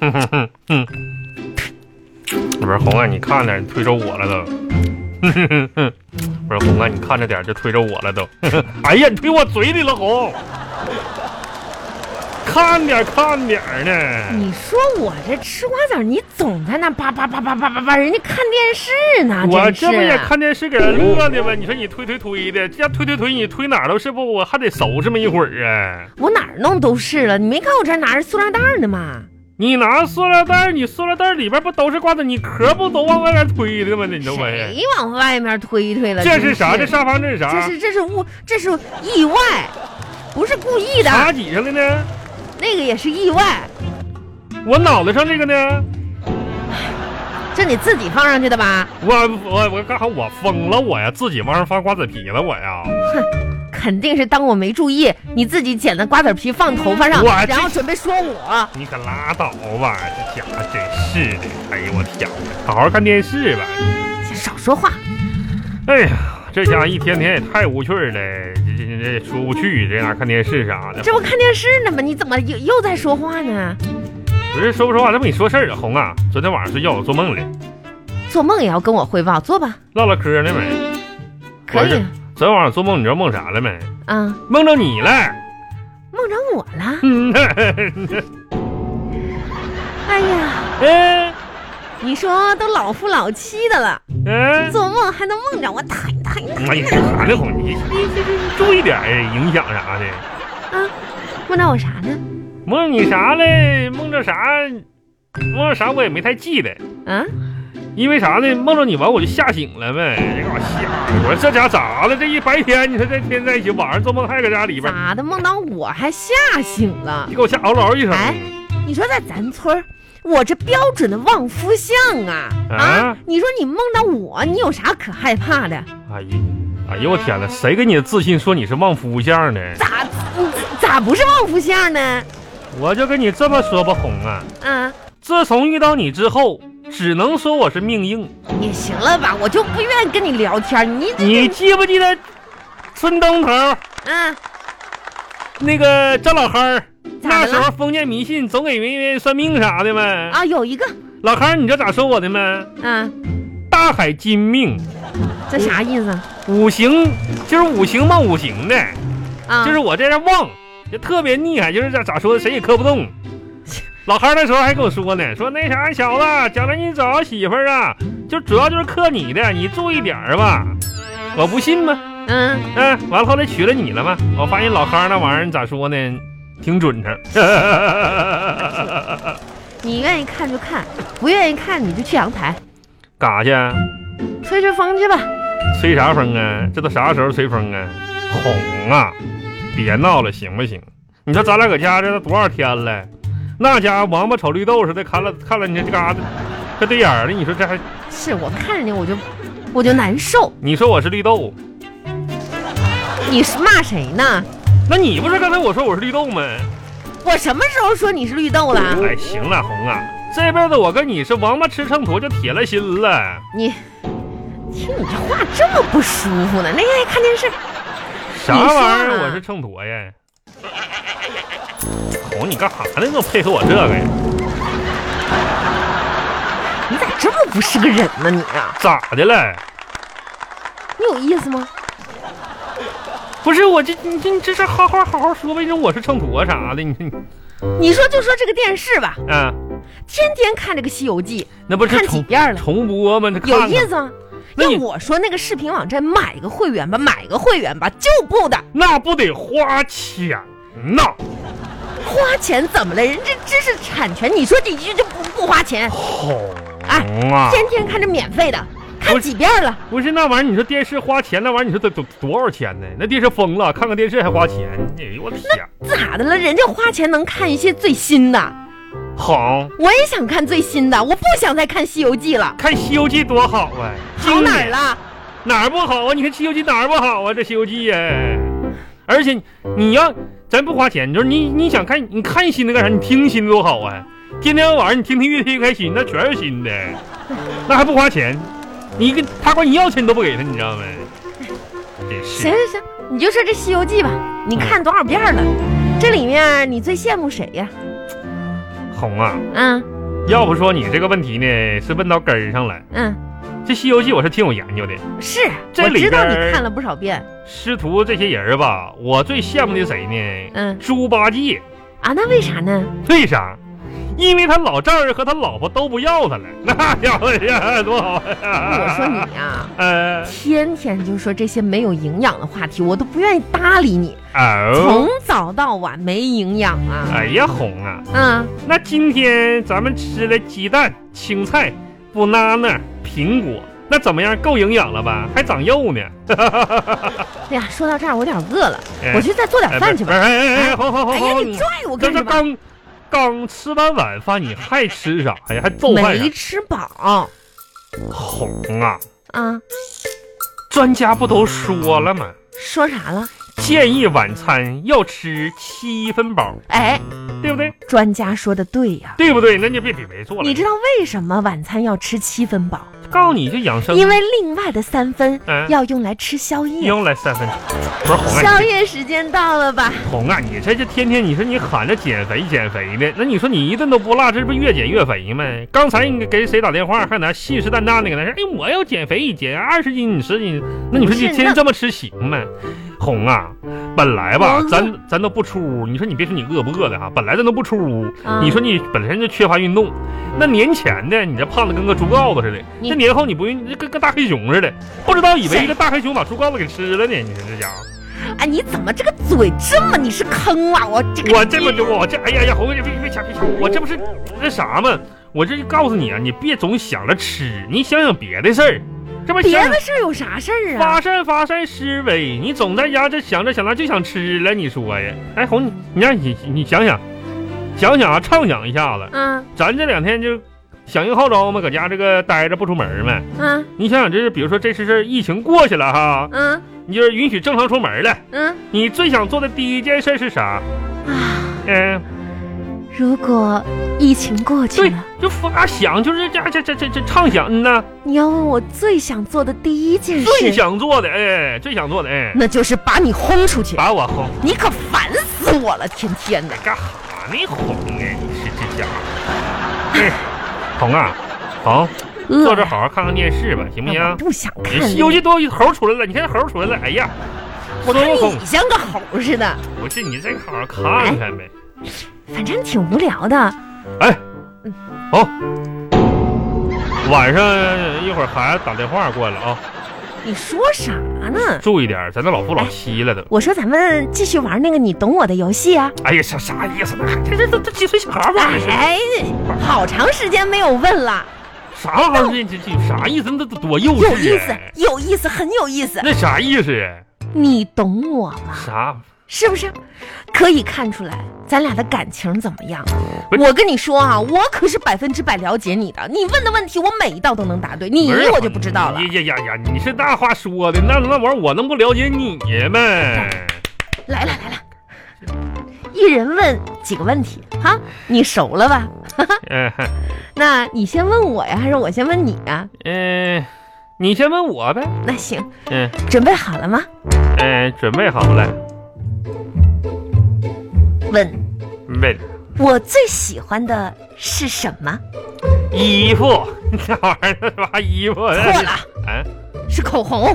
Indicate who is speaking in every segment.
Speaker 1: 嗯，我说红啊，你看着，你推着我了都。 我说红啊，你看着点儿，就推着我了都。 哎呀，你推我嘴里了，红。看点儿看点儿呢，
Speaker 2: 你说我这吃瓜子儿，你总在那叭叭叭叭叭叭叭，人家看电视呢，
Speaker 1: 我
Speaker 2: 真是啊
Speaker 1: 这不也看电视给人乐的吗？你说你推推推的，这样推推推，你推哪儿都是不？我还得收拾么一会儿啊。
Speaker 2: 我哪儿弄都是了，你没看我这儿拿着塑料袋儿呢吗？
Speaker 1: 你拿塑料袋儿，你塑料袋儿里边不都是瓜子，你壳不都往外边推的吗？你都没。
Speaker 2: 谁往外面推一推了？
Speaker 1: 这
Speaker 2: 真
Speaker 1: 是啥？这上方这是
Speaker 2: 这
Speaker 1: 啥？
Speaker 2: 是这是误，这是意外，不是故意的，
Speaker 1: 卡几上了呢？
Speaker 2: 那个也是意外，
Speaker 1: 我脑袋上这个呢？
Speaker 2: 这你自己放上去的吧？
Speaker 1: 我我我干啥？我疯了我呀！自己往上放瓜子皮了我呀！
Speaker 2: 肯定是当我没注意，你自己捡的瓜子皮放头发上
Speaker 1: 我，这
Speaker 2: 然后准备说我。
Speaker 1: 你可拉倒吧！这家伙真是的，哎呦我天哪！好好看电视吧！
Speaker 2: 少说话，
Speaker 1: 哎呀，这家伙一天天也太无趣了，这这这这出不去，这哪看电视啥的？
Speaker 2: 这不看电视呢吗？你怎么又又在说话呢？
Speaker 1: 不是说不说话，这不跟你说事儿啊，红啊！昨天晚上睡觉我做梦了，
Speaker 2: 做梦也要跟我汇报，做吧，
Speaker 1: 唠唠嗑呢没？
Speaker 2: 可
Speaker 1: 我
Speaker 2: 以
Speaker 1: 是。昨天晚上做梦，你知道梦啥了没？
Speaker 2: 嗯，
Speaker 1: 梦着你了。
Speaker 2: 梦着我了。
Speaker 1: 嗯，
Speaker 2: 哎呀，
Speaker 1: 嗯
Speaker 2: 你说都老夫老妻的了，
Speaker 1: 嗯，
Speaker 2: 做梦还能梦着我，太太
Speaker 1: 哎呀，啥呢，红？你你你你注意点儿，影响啥的。
Speaker 2: 啊！梦到我啥呢？
Speaker 1: 梦你啥嘞？梦着啥？梦着啥我也没太记得，
Speaker 2: 啊，
Speaker 1: 因为啥呢？梦着你完我就吓醒了呗，这给我吓的，我说这家咋了？这一白天你说这天在一起，晚上做梦还搁家里边，
Speaker 2: 咋的？梦到我还吓醒了
Speaker 1: 你？给我吓嗷嗷一声。
Speaker 2: 哎你说在咱村儿，我这标准的旺夫相啊啊
Speaker 1: 啊！
Speaker 2: 你说你梦到我，你有啥可害怕的？
Speaker 1: 哎呀，哎呀，我天哪！谁给你的自信说你是旺夫相呢？
Speaker 2: 咋咋不是旺夫相呢？
Speaker 1: 我就跟你这么说吧，红啊，
Speaker 2: 啊，
Speaker 1: 自从遇到你之后，只能说我是命硬。
Speaker 2: 也行了吧，我就不愿意跟你聊天儿。你这
Speaker 1: 你记不记得村东头
Speaker 2: 啊，
Speaker 1: 那个张老憨儿？
Speaker 2: 咋
Speaker 1: 那
Speaker 2: 的
Speaker 1: 时
Speaker 2: 了？
Speaker 1: 候封建迷信，总给人人算命啥的嘛。
Speaker 2: 啊，有一个
Speaker 1: 老康，你知道咋说我的吗？
Speaker 2: 啊，
Speaker 1: 大海金命，
Speaker 2: 这啥意思啊？
Speaker 1: 五行就是五行嘛，五行的，
Speaker 2: 啊，
Speaker 1: 就是我在这旺，就特别厉害，就是咋咋说的，谁也磕不动。老康那时候还跟我说呢，说那啥小子，将来你找媳妇儿啊，就主要就是克你的，你注意点儿吧。我不信嘛，
Speaker 2: 嗯，
Speaker 1: 嗯、完了后来娶了你了嘛，我发现老康那玩意儿咋说呢，挺准 成。
Speaker 2: 你愿意看就看，不愿意看你就去阳台
Speaker 1: 干啥去啊？
Speaker 2: 吹吹风去吧。
Speaker 1: 吹啥风啊？这都啥时候吹风啊？哄啊！别闹了，行不行？你说咱俩搁家这都多少天了？那家王八瞅绿豆似的，看了看了你这嘎达，这对眼儿了。你说这还？
Speaker 2: 是我看着你我就我就难受。
Speaker 1: 你说我是绿豆，
Speaker 2: 你是骂谁呢？
Speaker 1: 那你不是刚才我说我是绿豆吗？
Speaker 2: 我什么时候说你是绿豆了？
Speaker 1: 哎，行了，红啊，这辈子我跟你是王八吃秤砣就铁了心了。
Speaker 2: 你听你这话这么不舒服呢？那爱看电视，
Speaker 1: 啥玩意
Speaker 2: 你说
Speaker 1: 儿？
Speaker 2: 啊
Speaker 1: 我是秤砣呀？红，你干啥呢？你怎么配合我这个呀？
Speaker 2: 你咋这么不是个人呢？你啊，
Speaker 1: 咋的了？
Speaker 2: 你有意思吗？
Speaker 1: 不是我这你这你这事好好好好说呗，你说我是秤砣啊啥的，你 你
Speaker 2: 你说就说这个电视吧，
Speaker 1: 啊，
Speaker 2: 天天看这个《西游记
Speaker 1: 那不》，是
Speaker 2: 看几
Speaker 1: 重
Speaker 2: 遍了，
Speaker 1: 重播吗？这看
Speaker 2: 有
Speaker 1: 看
Speaker 2: 意思吗？
Speaker 1: 那
Speaker 2: 要
Speaker 1: 你
Speaker 2: 我说那个视频网站买个会员吧，买个会员吧，就不的，
Speaker 1: 那不得花钱呐？
Speaker 2: 花钱怎么了？人这知识产权，你说这一句就不不花钱，
Speaker 1: 红
Speaker 2: 哎
Speaker 1: 啊！
Speaker 2: 天天看这免费的，看
Speaker 1: 不是
Speaker 2: 几遍了。
Speaker 1: 不是那玩意儿，你说电视花钱，那玩意儿你说得多多少钱呢？那电视疯了，看个电视还花钱，哎呦我天！
Speaker 2: 咋的了？人家花钱能看一些最新的，
Speaker 1: 红，
Speaker 2: 我也想看最新的，我不想再看《西游记》了。
Speaker 1: 看《西游记》多好啊！
Speaker 2: 好
Speaker 1: 经
Speaker 2: 哪儿
Speaker 1: 典
Speaker 2: 了？
Speaker 1: 哪儿不好啊？你看《西游记》哪儿不好啊？这《西游记》呀，而且你要咱不花钱，你说你你想看你看新的干啥？你听新的多好啊！天天晚上你听听越听越开心，那全是新的，那还不花钱？你跟他管你要钱你都不给他，你知道没？真是
Speaker 2: 行行行，你就说这《西游记》吧，你看多少遍了？这里面你最羡慕谁呀？
Speaker 1: 红啊！
Speaker 2: 嗯，
Speaker 1: 要不说你这个问题呢是问到根儿上了。
Speaker 2: 嗯，
Speaker 1: 这《西游记》我是挺有研究的，
Speaker 2: 是
Speaker 1: 这
Speaker 2: 我
Speaker 1: 里
Speaker 2: 知道你
Speaker 1: 边儿
Speaker 2: 看了不少遍。
Speaker 1: 师徒这些人儿吧，我最羡慕的谁呢？
Speaker 2: 嗯
Speaker 1: 猪八戒。
Speaker 2: 啊，那为啥呢？
Speaker 1: 为啥？因为他老丈人和他老婆都不要他了，那家伙呀，多好呀！
Speaker 2: 我说你呀、
Speaker 1: 呃，
Speaker 2: 天天就说这些没有营养的话题，我都不愿意搭理你。从
Speaker 1: 哦，
Speaker 2: 早到晚没营养啊！
Speaker 1: 哎呀，红啊！
Speaker 2: 嗯，
Speaker 1: 那今天咱们吃了鸡蛋、青菜、banana、苹果，那怎么样？够营养了吧？还长肉呢。
Speaker 2: 哎呀，说到这儿我有点饿了，
Speaker 1: 哎
Speaker 2: 我去再做点
Speaker 1: 哎
Speaker 2: 饭去
Speaker 1: 哎
Speaker 2: 吧。
Speaker 1: 哎哎哎，好好好
Speaker 2: 哎呀，
Speaker 1: 好，
Speaker 2: 你拽我
Speaker 1: 这
Speaker 2: 干
Speaker 1: 这
Speaker 2: 什么？
Speaker 1: 刚刚吃完晚饭，你还吃啥呀？还揍饭
Speaker 2: 没
Speaker 1: 啥？
Speaker 2: 吃饱
Speaker 1: 红啊！
Speaker 2: 啊？
Speaker 1: 专家不都说了吗？
Speaker 2: 说啥了？
Speaker 1: 建议晚餐要吃七分饱，
Speaker 2: 哎，
Speaker 1: 对不对？
Speaker 2: 专家说的对呀、
Speaker 1: 对不对？那你别别没做了。
Speaker 2: 你知道为什么晚餐要吃七分饱？
Speaker 1: 告诉你就养生，
Speaker 2: 因为另外的三分
Speaker 1: 嗯
Speaker 2: 要用来吃宵夜。
Speaker 1: 用来三分钟。不是红啊，
Speaker 2: 宵夜时间到了吧？
Speaker 1: 你红啊，你这这天天你说你喊着减肥减肥的，那你说你一顿都不落，这不越减越肥吗？刚才你给谁打电话，还拿信誓旦旦的搁那说，哎，我要减肥，减二十斤、十斤，那你说你
Speaker 2: 不是
Speaker 1: 天
Speaker 2: 那
Speaker 1: 天这么吃行吗？红啊，本来
Speaker 2: 我
Speaker 1: 吧
Speaker 2: 饿，
Speaker 1: 咱咱都不出屋，你说你别说你饿不饿的哈、本来咱都不出屋，
Speaker 2: 啊
Speaker 1: 你说你本身就缺乏运动，那年前的你这胖的跟个猪羔子似的，
Speaker 2: 你
Speaker 1: 这年后你不运，你这跟跟大黑熊似的，不知道以为一个大黑熊把猪羔子给吃了呢，你说这家伙，
Speaker 2: 哎，你怎么这个嘴这么你是坑啊？我这个
Speaker 1: 我这不就我这哎呀呀，红姐别别抢别抢，我这不是那啥吗？我这就告诉你啊，你别总想着吃，你想想别的事儿，这不
Speaker 2: 别
Speaker 1: 想
Speaker 2: 的事儿有啥事儿啊？
Speaker 1: 发散发散思维，你总在家这想着想着就想吃了，你说呀？哎，红，你你让你你想想，想想啊，畅想一下子，
Speaker 2: 嗯
Speaker 1: 咱这两天就响应号召嘛，搁家这个待着不出门嘛。
Speaker 2: 嗯
Speaker 1: 你想想，这是比如说这次事儿疫情过去了哈，
Speaker 2: 嗯
Speaker 1: 你就是允许正常出门了，
Speaker 2: 嗯
Speaker 1: 你最想做的第一件事是啥？
Speaker 2: 啊！
Speaker 1: 嗯，
Speaker 2: 如果疫情啊过去
Speaker 1: 对
Speaker 2: 了，，
Speaker 1: 就发想，就是这这这这这畅想嗯呐，
Speaker 2: 你要问我最想做的第一件
Speaker 1: 最
Speaker 2: 事，
Speaker 1: 想做的，哎，最想做的，哎，
Speaker 2: 那就是把你轰出去。
Speaker 1: 把我哄，
Speaker 2: 你可烦死我了，天天的。
Speaker 1: 干哈呢哄啊？你是这家伙，哎，红啊，红，坐这
Speaker 2: 饿
Speaker 1: 好好看看电视吧，行不
Speaker 2: 呀，我
Speaker 1: 行？
Speaker 2: 不想
Speaker 1: 《
Speaker 2: 看
Speaker 1: 西游记》都有猴出来了，你看猴出来了，哎呀，
Speaker 2: 我
Speaker 1: 孙
Speaker 2: 看
Speaker 1: 悟空
Speaker 2: 你像个猴似的，
Speaker 1: 不是你再好好看看呗。
Speaker 2: 反正挺无聊的。
Speaker 1: 哎，好，晚上一会儿孩子打电话过来啊，
Speaker 2: 你说啥呢？
Speaker 1: 注意点儿，咱都老夫老妻了都。
Speaker 2: 我说咱们继续玩那个你懂我的游戏啊！
Speaker 1: 哎呀，啥啥意思呢？这这这这几岁小孩玩的啊是
Speaker 2: 哎，好长时间没有问了，
Speaker 1: 啥玩意儿？这这这啥意思？那都多幼稚啊！
Speaker 2: 有意思，有意思，很有意思。
Speaker 1: 那啥意思呀？
Speaker 2: 你懂我吗？
Speaker 1: 啥？
Speaker 2: 是不是？可以看出来咱俩的感情怎么样？啊
Speaker 1: 不是
Speaker 2: 我跟你说啊，我可是百分之百了解你的，你问的问题我每一道都能答对，
Speaker 1: 不
Speaker 2: 你
Speaker 1: 是
Speaker 2: 我就不知道了
Speaker 1: 呀。呀呀呀！啊你是那话说的，那那玩意儿我能不了解你吗？
Speaker 2: 来了来了，一人问几个问题哈，你熟了吧？
Speaker 1: 嗯
Speaker 2: 那你先问我呀，还是我先问你呀？
Speaker 1: 嗯，你先问我呗。
Speaker 2: 那行，
Speaker 1: 嗯
Speaker 2: 准备好了吗？
Speaker 1: 嗯，准备好了。
Speaker 2: 问
Speaker 1: 问
Speaker 2: 我最喜欢的是什么？
Speaker 1: 衣服， 那玩意儿啥衣服？
Speaker 2: 错了，
Speaker 1: 啊
Speaker 2: 是口红。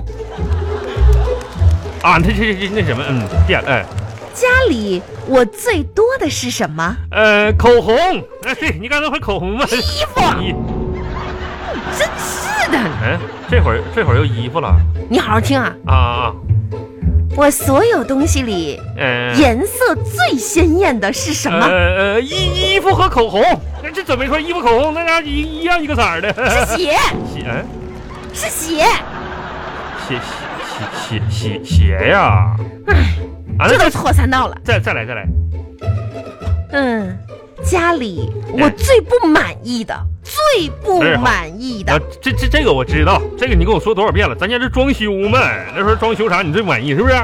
Speaker 1: 啊，那这这那什么，嗯，变了，哎
Speaker 2: 家里我最多的是什么？
Speaker 1: 呃，口红，哎，对你刚才说口红吗？
Speaker 2: 衣 服
Speaker 1: 衣，
Speaker 2: 真是的，
Speaker 1: 嗯，这会儿这会儿又衣服了
Speaker 2: 你好好听啊！
Speaker 1: 啊啊，
Speaker 2: 我所有东西里
Speaker 1: 嗯、呃，
Speaker 2: 颜色最鲜艳的是什么？
Speaker 1: 呃呃，衣衣服和口红，那这准没说衣服口红，那家一一样一个色儿的，
Speaker 2: 是血，
Speaker 1: 鞋嗯
Speaker 2: 是血。
Speaker 1: 鞋鞋鞋鞋鞋呀，
Speaker 2: 唉，
Speaker 1: 啊，那
Speaker 2: 这都
Speaker 1: 再
Speaker 2: 错三道了。
Speaker 1: 再再来再来，
Speaker 2: 嗯，家里我最不满意的，最不满意
Speaker 1: 啊
Speaker 2: 的，
Speaker 1: 这这这个我知道，这个你跟我说多少遍了，咱家这装修嘛，那时候装修啥你最满意是不是？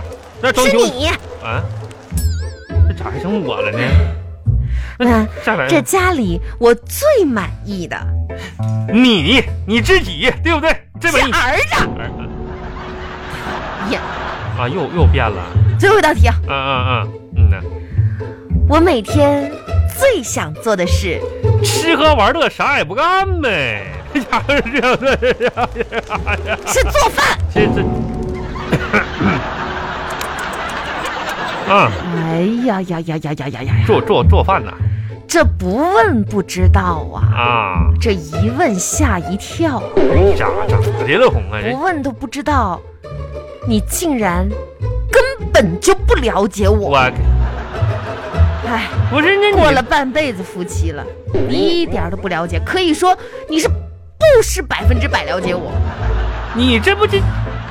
Speaker 1: 那装
Speaker 2: 是
Speaker 1: 修。
Speaker 2: 你。
Speaker 1: 啊，这咋还成我了呢？
Speaker 2: 嗯
Speaker 1: 再来，
Speaker 2: 这家里我最满意的
Speaker 1: 你你自己对不对？这
Speaker 2: 是
Speaker 1: 本意
Speaker 2: 儿子。
Speaker 1: 啊
Speaker 2: 呀，
Speaker 1: 啊，又又变了，
Speaker 2: 最后一道题啊，
Speaker 1: 嗯嗯嗯嗯呐，
Speaker 2: 我每天最想做的事，
Speaker 1: 吃喝玩乐啥也不干呗，哎这家伙是这样的，
Speaker 2: 是做饭。
Speaker 1: 这这。啊，
Speaker 2: 哎呀呀呀呀呀呀呀！
Speaker 1: 做做做饭呐
Speaker 2: 这不问不知道啊，
Speaker 1: 啊，
Speaker 2: 这一问吓一跳啊，
Speaker 1: 咋咋的了红啊？这
Speaker 2: 不问都不知道，你竟然根本就不了解我。
Speaker 1: 我
Speaker 2: 哎，
Speaker 1: 不是那你
Speaker 2: 过了半辈子夫妻了，
Speaker 1: 嗯
Speaker 2: 你一点都不了解，可以说你是不是百分之百了解我？
Speaker 1: 你这不这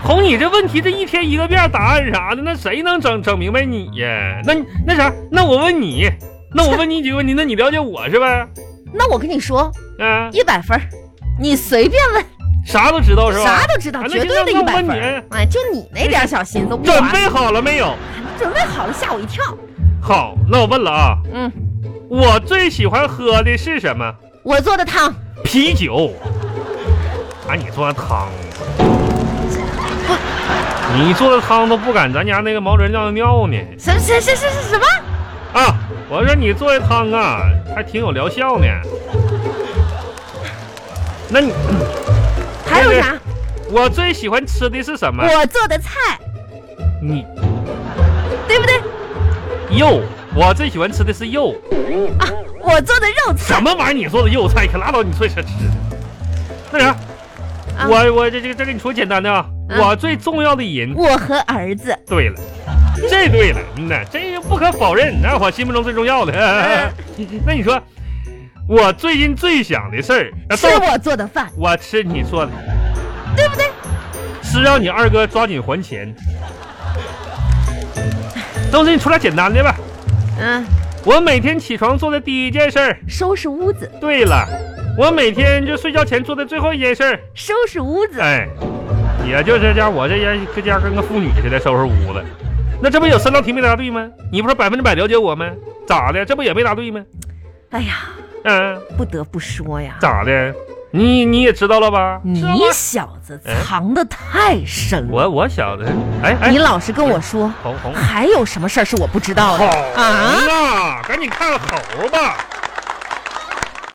Speaker 1: 红，你这问题这一天一个遍答案啥的，那谁能整整明白你呀？那那啥，那我问你，那我问你几个问题，那你了解我是呗？
Speaker 2: 那我跟你说，
Speaker 1: 啊，
Speaker 2: 一百分儿，你随便问，
Speaker 1: 啥都知道是吧？
Speaker 2: 啥都知道，
Speaker 1: 啊那
Speaker 2: 绝
Speaker 1: 行
Speaker 2: 对的
Speaker 1: 那
Speaker 2: 一
Speaker 1: 我
Speaker 2: 百
Speaker 1: 问
Speaker 2: 分儿。哎，就你那点小心思，
Speaker 1: 准
Speaker 2: 我
Speaker 1: 备好了没有？
Speaker 2: 准备好了，吓我一跳。
Speaker 1: 好，那我问了啊，
Speaker 2: 嗯，
Speaker 1: 我最喜欢喝的是什么？
Speaker 2: 我做的汤
Speaker 1: 啤酒。啊，你做的汤，你做的汤都不敢咱家那个毛人尿尿呢。
Speaker 2: 什什什什什什么？
Speaker 1: 啊，我说你做的汤啊，还挺有疗效呢。那你
Speaker 2: 还有啥？
Speaker 1: 我最喜欢吃的是什么？
Speaker 2: 我做的菜，
Speaker 1: 你
Speaker 2: 对不对？
Speaker 1: 肉，我最喜欢吃的是肉。
Speaker 2: 啊，我做的肉菜
Speaker 1: 什。么玩意儿？你做的肉菜可拉倒，你最想吃的。那啥，
Speaker 2: 啊
Speaker 1: 我我这这个这跟你说简单的啊，
Speaker 2: 嗯
Speaker 1: 我最重要的人。
Speaker 2: 我和儿子，
Speaker 1: 对了，这对了，嗯呐，这不可否认，那我心目中最重要
Speaker 2: 哎
Speaker 1: 的。 那你说，我最近最想的事儿，那
Speaker 2: 吃
Speaker 1: 到
Speaker 2: 我做的饭，
Speaker 1: 我吃你做的，
Speaker 2: 对不对？
Speaker 1: 是让你二哥抓紧还钱。都是你出点简单的吧。
Speaker 2: 嗯，
Speaker 1: 我每天起床做的第一件事儿，
Speaker 2: 收拾屋子，
Speaker 1: 对了，我每天就睡觉前做的最后一件事儿，
Speaker 2: 收拾屋子，
Speaker 1: 哎，也就这家，我这人这家跟个妇女似的，收拾屋子。那这不有三道题没答对吗？你不是百分之百了解我吗？咋的？这不也没答对吗？
Speaker 2: 哎呀，
Speaker 1: 嗯、
Speaker 2: 不得不说呀，
Speaker 1: 咋的？你你也知道了吧？
Speaker 2: 你
Speaker 1: 知道吗哎
Speaker 2: 小子藏的太深了，
Speaker 1: 我我晓得。哎哎
Speaker 2: 你，老啊实跟我说，
Speaker 1: 红红
Speaker 2: 还有什么事儿是我不知道
Speaker 1: 好
Speaker 2: 的啊？
Speaker 1: 啊！赶紧看猴吧。